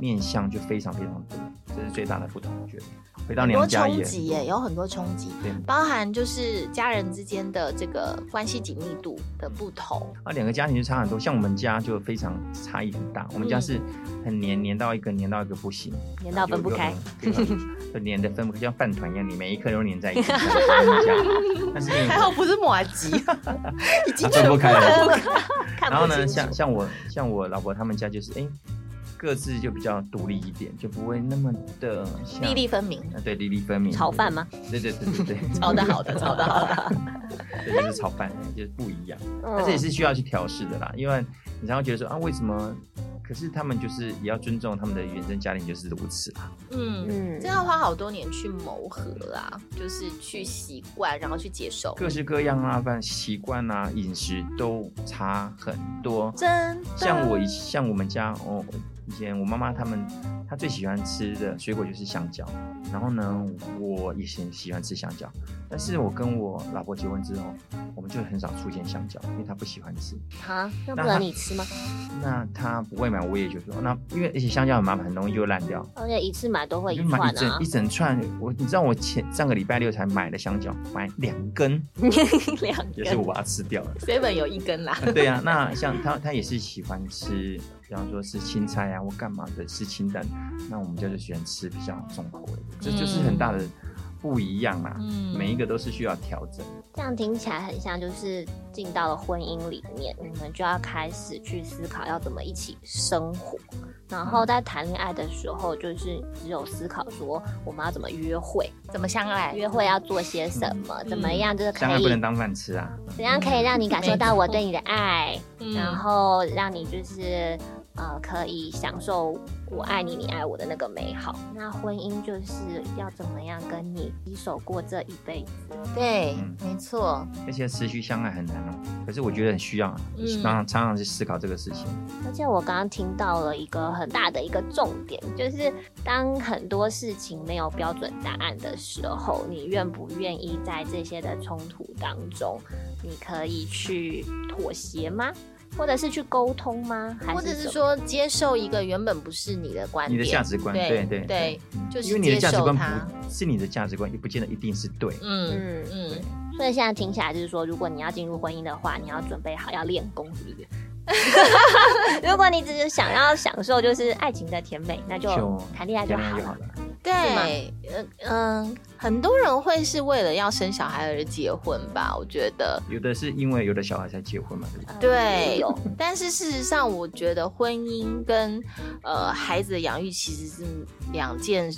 Speaker 3: 面向就非常非常多，这是最大的不同，我觉得。回到
Speaker 4: 很多
Speaker 3: 娘家也
Speaker 4: 冲击耶，有很多冲击，
Speaker 3: 对，
Speaker 4: 包含就是家人之间的这个关系紧密度的不 同。
Speaker 3: 啊，两个家庭就差很多。像我们家就非常差异很大，我们家
Speaker 4: 嗯
Speaker 3: 是很黏，黏到一个黏到一个不行，
Speaker 2: 年到分不开。
Speaker 3: 就，就就黏的分不开，像饭团一样，你每一颗都黏在一起。 像我们家但是你
Speaker 4: 还好不是马吉，
Speaker 3: 嗯
Speaker 4: 已经
Speaker 3: 啊分不开了。
Speaker 2: 看
Speaker 3: 然后
Speaker 2: 不
Speaker 3: 呢，
Speaker 2: 清
Speaker 3: 像
Speaker 2: 楚
Speaker 3: 像我像我老婆他们家就是，哎、各自就比较独立一点，就不会那么的像
Speaker 4: 粒粒分明，
Speaker 3: 啊，对，粒粒分明。
Speaker 2: 炒饭吗？
Speaker 3: 对对对对对，
Speaker 4: 炒的好的，炒的好的。
Speaker 3: 对，就是炒饭，就是不一样。
Speaker 2: 嗯
Speaker 3: 但是也是需要去调试的啦，因为你常常觉得说啊，为什么？可是他们就是也要尊重他们的原生家庭，就是如此啊啦。
Speaker 4: 嗯，
Speaker 2: 嗯
Speaker 4: 这要花好多年去磨合啦，就是去习惯，然后去接受。
Speaker 3: 各式各样啊，反正习惯啊、饮食都差很多。
Speaker 4: 真的，
Speaker 3: 像我以像我们家哦，以前我妈妈他们，她最喜欢吃的水果就是香蕉，然后呢，我也很喜欢吃香蕉，但是我跟我老婆结婚之后，我们就很少出现香蕉，因为她不喜欢吃。
Speaker 2: 啊，那
Speaker 3: 那
Speaker 2: 不
Speaker 3: 他
Speaker 2: 能你吃吗？
Speaker 3: 那她不会买，我也就说那因为而且香蕉很麻烦，很容易就烂掉。
Speaker 2: 而且一次买都会
Speaker 3: 我
Speaker 2: 一
Speaker 3: 就买
Speaker 2: 串
Speaker 3: 一
Speaker 2: 啊
Speaker 3: 整一，整串，我你知道我前上个礼拜六才买的香蕉，买两根，
Speaker 2: 两
Speaker 3: 也是
Speaker 2: 根。
Speaker 3: 我把它吃掉了。
Speaker 4: seven 有一根啦，
Speaker 3: 对呀、啊，那像他他也是喜欢吃，比方说吃青菜啊或干嘛的，吃清淡。那我们家就喜欢吃比较重口味的，这
Speaker 2: 嗯
Speaker 3: 就是很大的不一样啦、
Speaker 4: 嗯
Speaker 3: 每一个都是需要调整。
Speaker 2: 这样听起来很像，就是进到了婚姻里面，你们就要开始去思考要怎么一起生活。然后在谈恋爱的时候，就是只有思考说我们要怎么约会，
Speaker 4: 怎么相爱？
Speaker 2: 约会要做些什么，怎么样就是
Speaker 3: 香
Speaker 2: 可
Speaker 3: 菜嗯不
Speaker 2: 以
Speaker 3: 能当饭吃啊。
Speaker 2: 怎样可以让你感受到我对你的爱，
Speaker 4: 嗯
Speaker 2: 然后让你就是呃可以享受我爱你，你爱我的那个美好。那婚姻就是要怎么样跟你携手过这一辈子？
Speaker 4: 对
Speaker 3: 嗯，
Speaker 4: 没错，
Speaker 3: 而且持续相爱很难哦，可是我觉得很需要啊，
Speaker 4: 嗯
Speaker 3: 常常常常去思考这个事情。
Speaker 2: 而且我刚刚听到了一个很大的一个重点，就是当很多事情没有标准答案的时候，你愿不愿意在这些的冲突当中，你可以去妥协吗？或者是去沟通吗？还
Speaker 4: 或者
Speaker 2: 什
Speaker 4: 是
Speaker 2: 么
Speaker 4: 说接受一个原本不是你的观
Speaker 3: 你
Speaker 4: 点，
Speaker 3: 的价值观，
Speaker 4: 对
Speaker 3: 对对
Speaker 4: 对，
Speaker 3: 嗯
Speaker 4: 就是
Speaker 3: 因为你的价值观
Speaker 4: 接受它
Speaker 3: 不是你的价值观，也不见得一定是对。
Speaker 4: 嗯
Speaker 2: 嗯，
Speaker 4: 嗯，
Speaker 2: 所以现在听起来就是说，如果你要进入婚姻的话，你要准备好要练功，是不是？ 如果你只是想要享受就是爱情的甜美，那就
Speaker 3: 就
Speaker 2: 谈恋爱就好
Speaker 3: 就
Speaker 2: 了。
Speaker 3: 了。
Speaker 4: 对，呃嗯，很多人会是为了要生小孩而结婚吧？我觉得，
Speaker 3: 有的是因为有的小孩才结婚嘛，对
Speaker 4: 呃
Speaker 3: 不对？
Speaker 4: 对
Speaker 2: 嗯 有，
Speaker 4: 但是事实上，我觉得婚姻跟呃孩子的养育其实是两件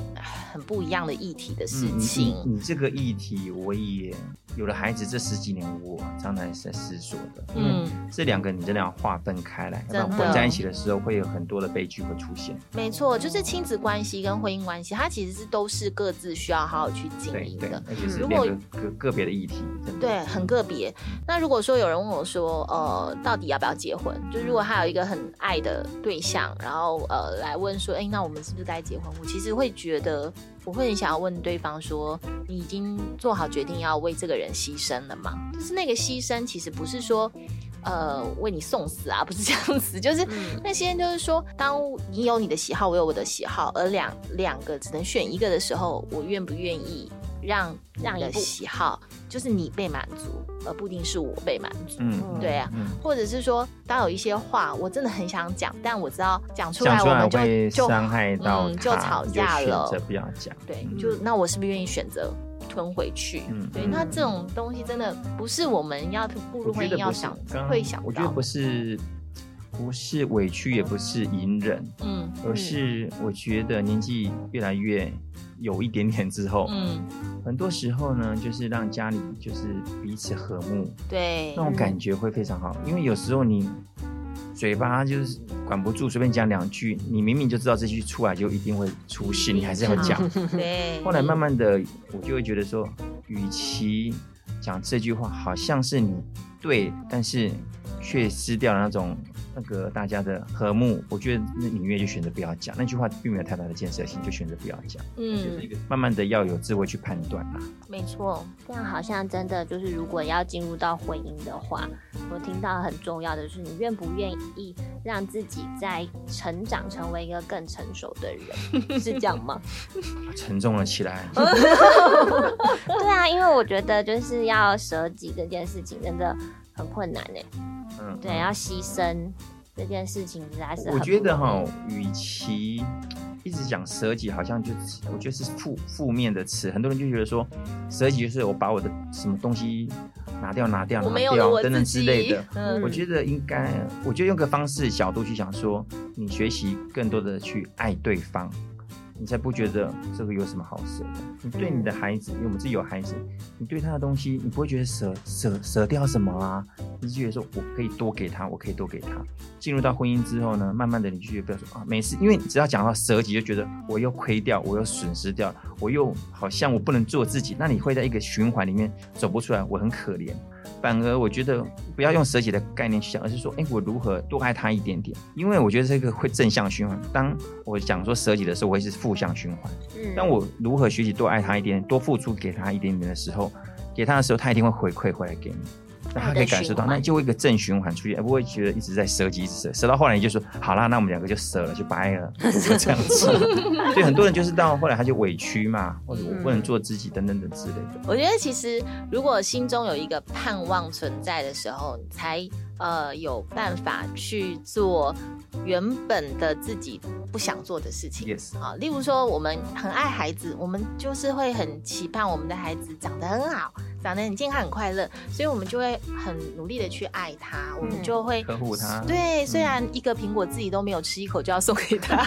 Speaker 4: 很不一样的议题的事情。
Speaker 3: 嗯你你这个议题，我也有了孩子这十几年，我常常在思索的。
Speaker 4: 嗯
Speaker 3: 嗯，，这两个你真的要划分开来，要不
Speaker 4: 真
Speaker 3: 然
Speaker 4: 的
Speaker 3: 混在一起的时候，会有很多的悲剧会出现。
Speaker 4: 没错，就是亲子关系跟婚姻关系，它其实是都是各自需要好好去经
Speaker 3: 对
Speaker 4: 营
Speaker 3: 对
Speaker 4: 的。，
Speaker 3: 而且是
Speaker 4: 如
Speaker 3: 两
Speaker 4: 果
Speaker 3: 个个个别的议题，真的。
Speaker 4: 对，很个别。那如果说有人问我说，呃，到底要不要结婚？就如果他有一个很爱的对象，然后呃来问说，哎、那我们是不是该结婚？我其实会觉得，我会很想要问对方说，你已经做好决定要为这个人牺牲了吗？就是那个牺牲，其实不是说。呃，为你送死啊，不是这样子，就是
Speaker 2: 嗯
Speaker 4: 那些就是说，当你有你的喜好，我有我的喜好，而两两个只能选一个的时候，我愿不愿意让你
Speaker 2: 让一
Speaker 4: 的
Speaker 2: 步
Speaker 4: 喜好，就是你被满足，而不一定是我被满足。
Speaker 3: 嗯，
Speaker 4: 对啊，
Speaker 3: 嗯，
Speaker 4: 或者是说，当有一些话我真的很想讲，但我知道讲出
Speaker 3: 讲
Speaker 4: 来
Speaker 3: 出
Speaker 4: 我
Speaker 3: 来
Speaker 4: 们就
Speaker 3: 会
Speaker 4: 就
Speaker 3: 伤害到
Speaker 4: 嗯
Speaker 3: 他
Speaker 4: 就吵架
Speaker 3: 你就
Speaker 4: 了
Speaker 3: 选择不要讲。
Speaker 4: 对，
Speaker 3: 嗯
Speaker 4: 就那我是不是愿意选择吞回去？
Speaker 3: 嗯
Speaker 4: 对，
Speaker 3: 嗯
Speaker 4: 那这种东西真的不是我们要步入
Speaker 3: 我
Speaker 4: 婚姻
Speaker 3: 觉得
Speaker 4: 要
Speaker 3: 不是
Speaker 4: 想，
Speaker 3: 刚
Speaker 4: 会想
Speaker 3: 我觉得
Speaker 4: 到
Speaker 3: 不，是，不是委屈，也不是隐忍，
Speaker 4: 嗯
Speaker 3: 而是我觉得年纪越来越有一点点之后，
Speaker 4: 嗯，
Speaker 3: 很多时候呢，就是让家里就是彼此和睦，
Speaker 4: 对
Speaker 3: 那，种感觉会非常好。因为有时候你嘴巴就是管不住，随便讲两句，你明明就知道这句出来就一定会出事，你还是要讲。
Speaker 4: 对，
Speaker 3: 后来慢慢的，我就会觉得说，与其讲这句话，好像是你对，但是却失掉了那种那个大家的和睦。我觉得那宁愿就选择不要讲那句话，并没有太大的建设性，就选择不要讲。就是一
Speaker 4: 嗯，
Speaker 3: 个慢慢的要有智慧去判断啦。
Speaker 4: 没错，
Speaker 2: 这样好像真的就是，如果要进入到婚姻的话，我听到很重要的是，你愿不愿意让自己在成长，成为一个更成熟的人，是这样吗？
Speaker 3: 沉重了起来，
Speaker 2: 对啊，因为我觉得就是要舍己这件事情真的很困难哎、
Speaker 3: 嗯，
Speaker 2: 对，要牺牲这件事情实在是
Speaker 3: 我
Speaker 2: 很
Speaker 3: 觉得
Speaker 2: 不容
Speaker 3: 哈
Speaker 2: 易，
Speaker 3: 与其一直讲舍己，好像就我觉得是负负面的词，很多人就觉得说舍己就是我把我的什么东西拿掉、拿掉、
Speaker 4: 我
Speaker 3: 拿
Speaker 4: 没有了
Speaker 3: 掉
Speaker 4: 我
Speaker 3: 等等
Speaker 4: 自
Speaker 3: 之类
Speaker 4: 己
Speaker 3: 的。，
Speaker 4: 嗯
Speaker 3: 我觉得应该，我觉得用个方式角度去想说，你学习更多的去爱对方，你才不觉得这个有什么好舍的。你对你的孩子，因为我们自己有孩子，你对他的东西，你不会觉得舍舍舍掉什么啊，你是觉得说我可以多给他，我可以多给他。进入到婚姻之后呢，慢慢的你就觉得不要说啊，没事，因为你只要讲到舍己，就觉得我又亏掉，我又损失掉，我又好像我不能做自己，那你会在一个循环里面走不出来，我很可怜。反而我觉得不要用舍己的概念去想，而是说，哎，我如何多爱他一点点？因为我觉得这个会正向循环。当我讲说舍己的时候，我会是负向循环。
Speaker 2: 嗯，
Speaker 3: 当我如何学习多爱他一点，多付出给他一点点的时候，给他的时候，他一定会回馈回来给你。那他可以感受到，
Speaker 4: 爱的循环
Speaker 3: 那就会一个正循环出去，而不会觉得一直在舍己，一直舍，舍到后来你就说好啦，那我们两个就舍了，就掰了，就这样子。所以很多人就是到后来他就委屈嘛，或者我不能做自己等等等之类的。
Speaker 4: 我觉得其实如果心中有一个盼望存在的时候，你才呃有办法去做原本的自己不想做的事情。
Speaker 3: Yes，
Speaker 4: 啊，例如说，我们很爱孩子，我们就是会很期盼我们的孩子长得很好，长得很健康、很快乐，所以我们就会很努力的去爱他，我们就会
Speaker 3: 嗯呵护他嗯
Speaker 4: 对，虽然一个苹果自己都没有吃一口就要送给 他，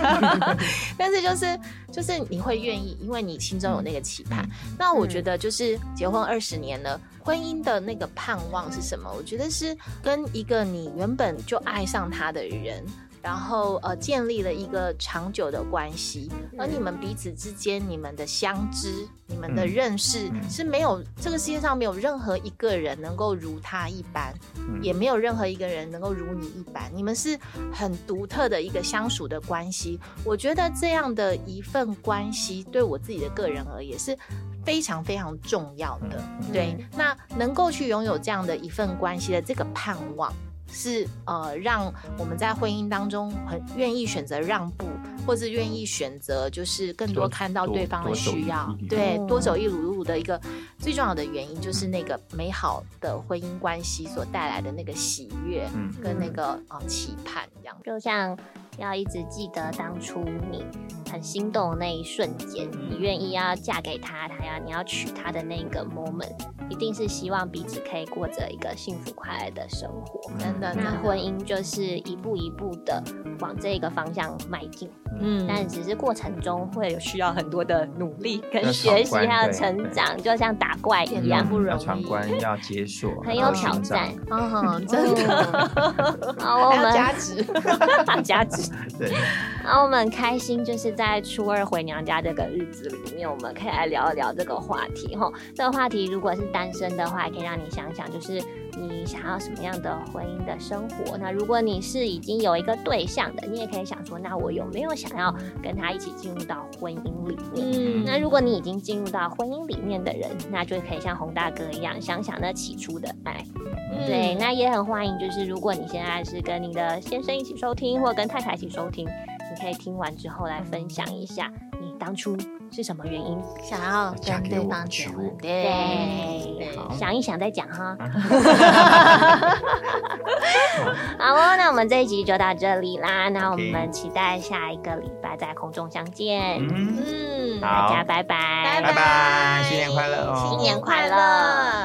Speaker 4: 但是就是就是你会愿意，因为你心中有那个期盼。
Speaker 3: 嗯
Speaker 4: 那我觉得就是结婚二十年了，婚姻的那个盼望是什么？我觉得是跟一个你原本就爱上他的人。然后呃，建立了一个长久的关系，
Speaker 3: 嗯
Speaker 4: 而你们彼此之间，你们的相知，你们的
Speaker 3: 嗯
Speaker 4: 认识、
Speaker 3: 嗯
Speaker 4: 是没有这个世界上没有任何一个人能够如他一般，
Speaker 3: 嗯
Speaker 4: 也没有任何一个人能够如你一般，你们是很独特的一个相处的关系。我觉得这样的一份关系，对我自己的个人而言是非常非常重要的。
Speaker 3: 嗯
Speaker 4: 对，那能够去拥有这样的一份关系的这个盼望，是呃，让我们在婚姻当中很愿意选择让步，或是愿意选择就是更多
Speaker 3: 多
Speaker 4: 看到对方的
Speaker 3: 多走
Speaker 4: 需要
Speaker 3: 一，里
Speaker 4: 对，
Speaker 2: 路
Speaker 4: 多走一里路的一个最重要的原因，就是那个美好的婚姻关系所带来的那个喜悦
Speaker 3: 嗯
Speaker 4: 跟那个呃期盼，这样。
Speaker 2: 就像要一直记得当初你很心动的那一瞬间，
Speaker 3: 嗯
Speaker 2: 你愿意要嫁给他，他要你要娶她的那个 moment，一定是希望彼此可以过着一个幸福快乐的生活。
Speaker 4: 真的，
Speaker 2: 那
Speaker 4: 真的
Speaker 2: 婚姻就是一步一步的往这个方向迈进，
Speaker 4: 嗯
Speaker 2: 但只是过程中会有需要很多的努力跟
Speaker 3: 要
Speaker 2: 学习，
Speaker 3: 闯关
Speaker 2: 还有
Speaker 3: 对
Speaker 2: 成长，就像打怪一
Speaker 4: 也
Speaker 2: 样
Speaker 4: 不。容易
Speaker 3: 嗯要闯关，要解锁，
Speaker 2: 很
Speaker 3: 要
Speaker 2: 有
Speaker 3: 寻
Speaker 2: 挑
Speaker 3: 找
Speaker 2: 战，
Speaker 4: 嗯，真的
Speaker 2: 的。哦好，我
Speaker 4: 还要
Speaker 2: 们
Speaker 4: 加值。
Speaker 2: 打加值，
Speaker 3: 对，
Speaker 2: 然后我们很开心，就是在初二回娘家这个日子里面，我们可以来聊一聊这个话题吼。这个话题如果是单身的话，也可以让你想想，就是你想要什么样的婚姻的生活。那如果你是已经有一个对象的，你也可以想说，那我有没有想要跟他一起进入到婚姻里面？
Speaker 4: 嗯
Speaker 2: 那如果你已经进入到婚姻里面的人，那就可以像洪大哥一样，想想那起初的爱。对，
Speaker 3: 嗯
Speaker 2: 那也很欢迎，就是如果你现在是跟你的先生一起收听，或跟太太一起收听，你可以听完之后来分享一下你当初是什么原因，
Speaker 4: 想要
Speaker 3: 嫁
Speaker 4: 跟
Speaker 3: 给
Speaker 4: 对
Speaker 3: 我
Speaker 4: 方结
Speaker 3: 娶
Speaker 4: 婚
Speaker 3: 我，
Speaker 2: 对，
Speaker 3: 好
Speaker 2: 想一想再 讲哈。好哦，那我们这一集就到这里啦，那我
Speaker 3: OK
Speaker 2: 们期待下一个礼拜在空中相见，
Speaker 3: 嗯，
Speaker 4: 嗯，
Speaker 3: 好
Speaker 2: 大家拜
Speaker 4: 拜
Speaker 2: 拜，
Speaker 3: 拜拜，新年快乐哦，
Speaker 2: 新年快乐。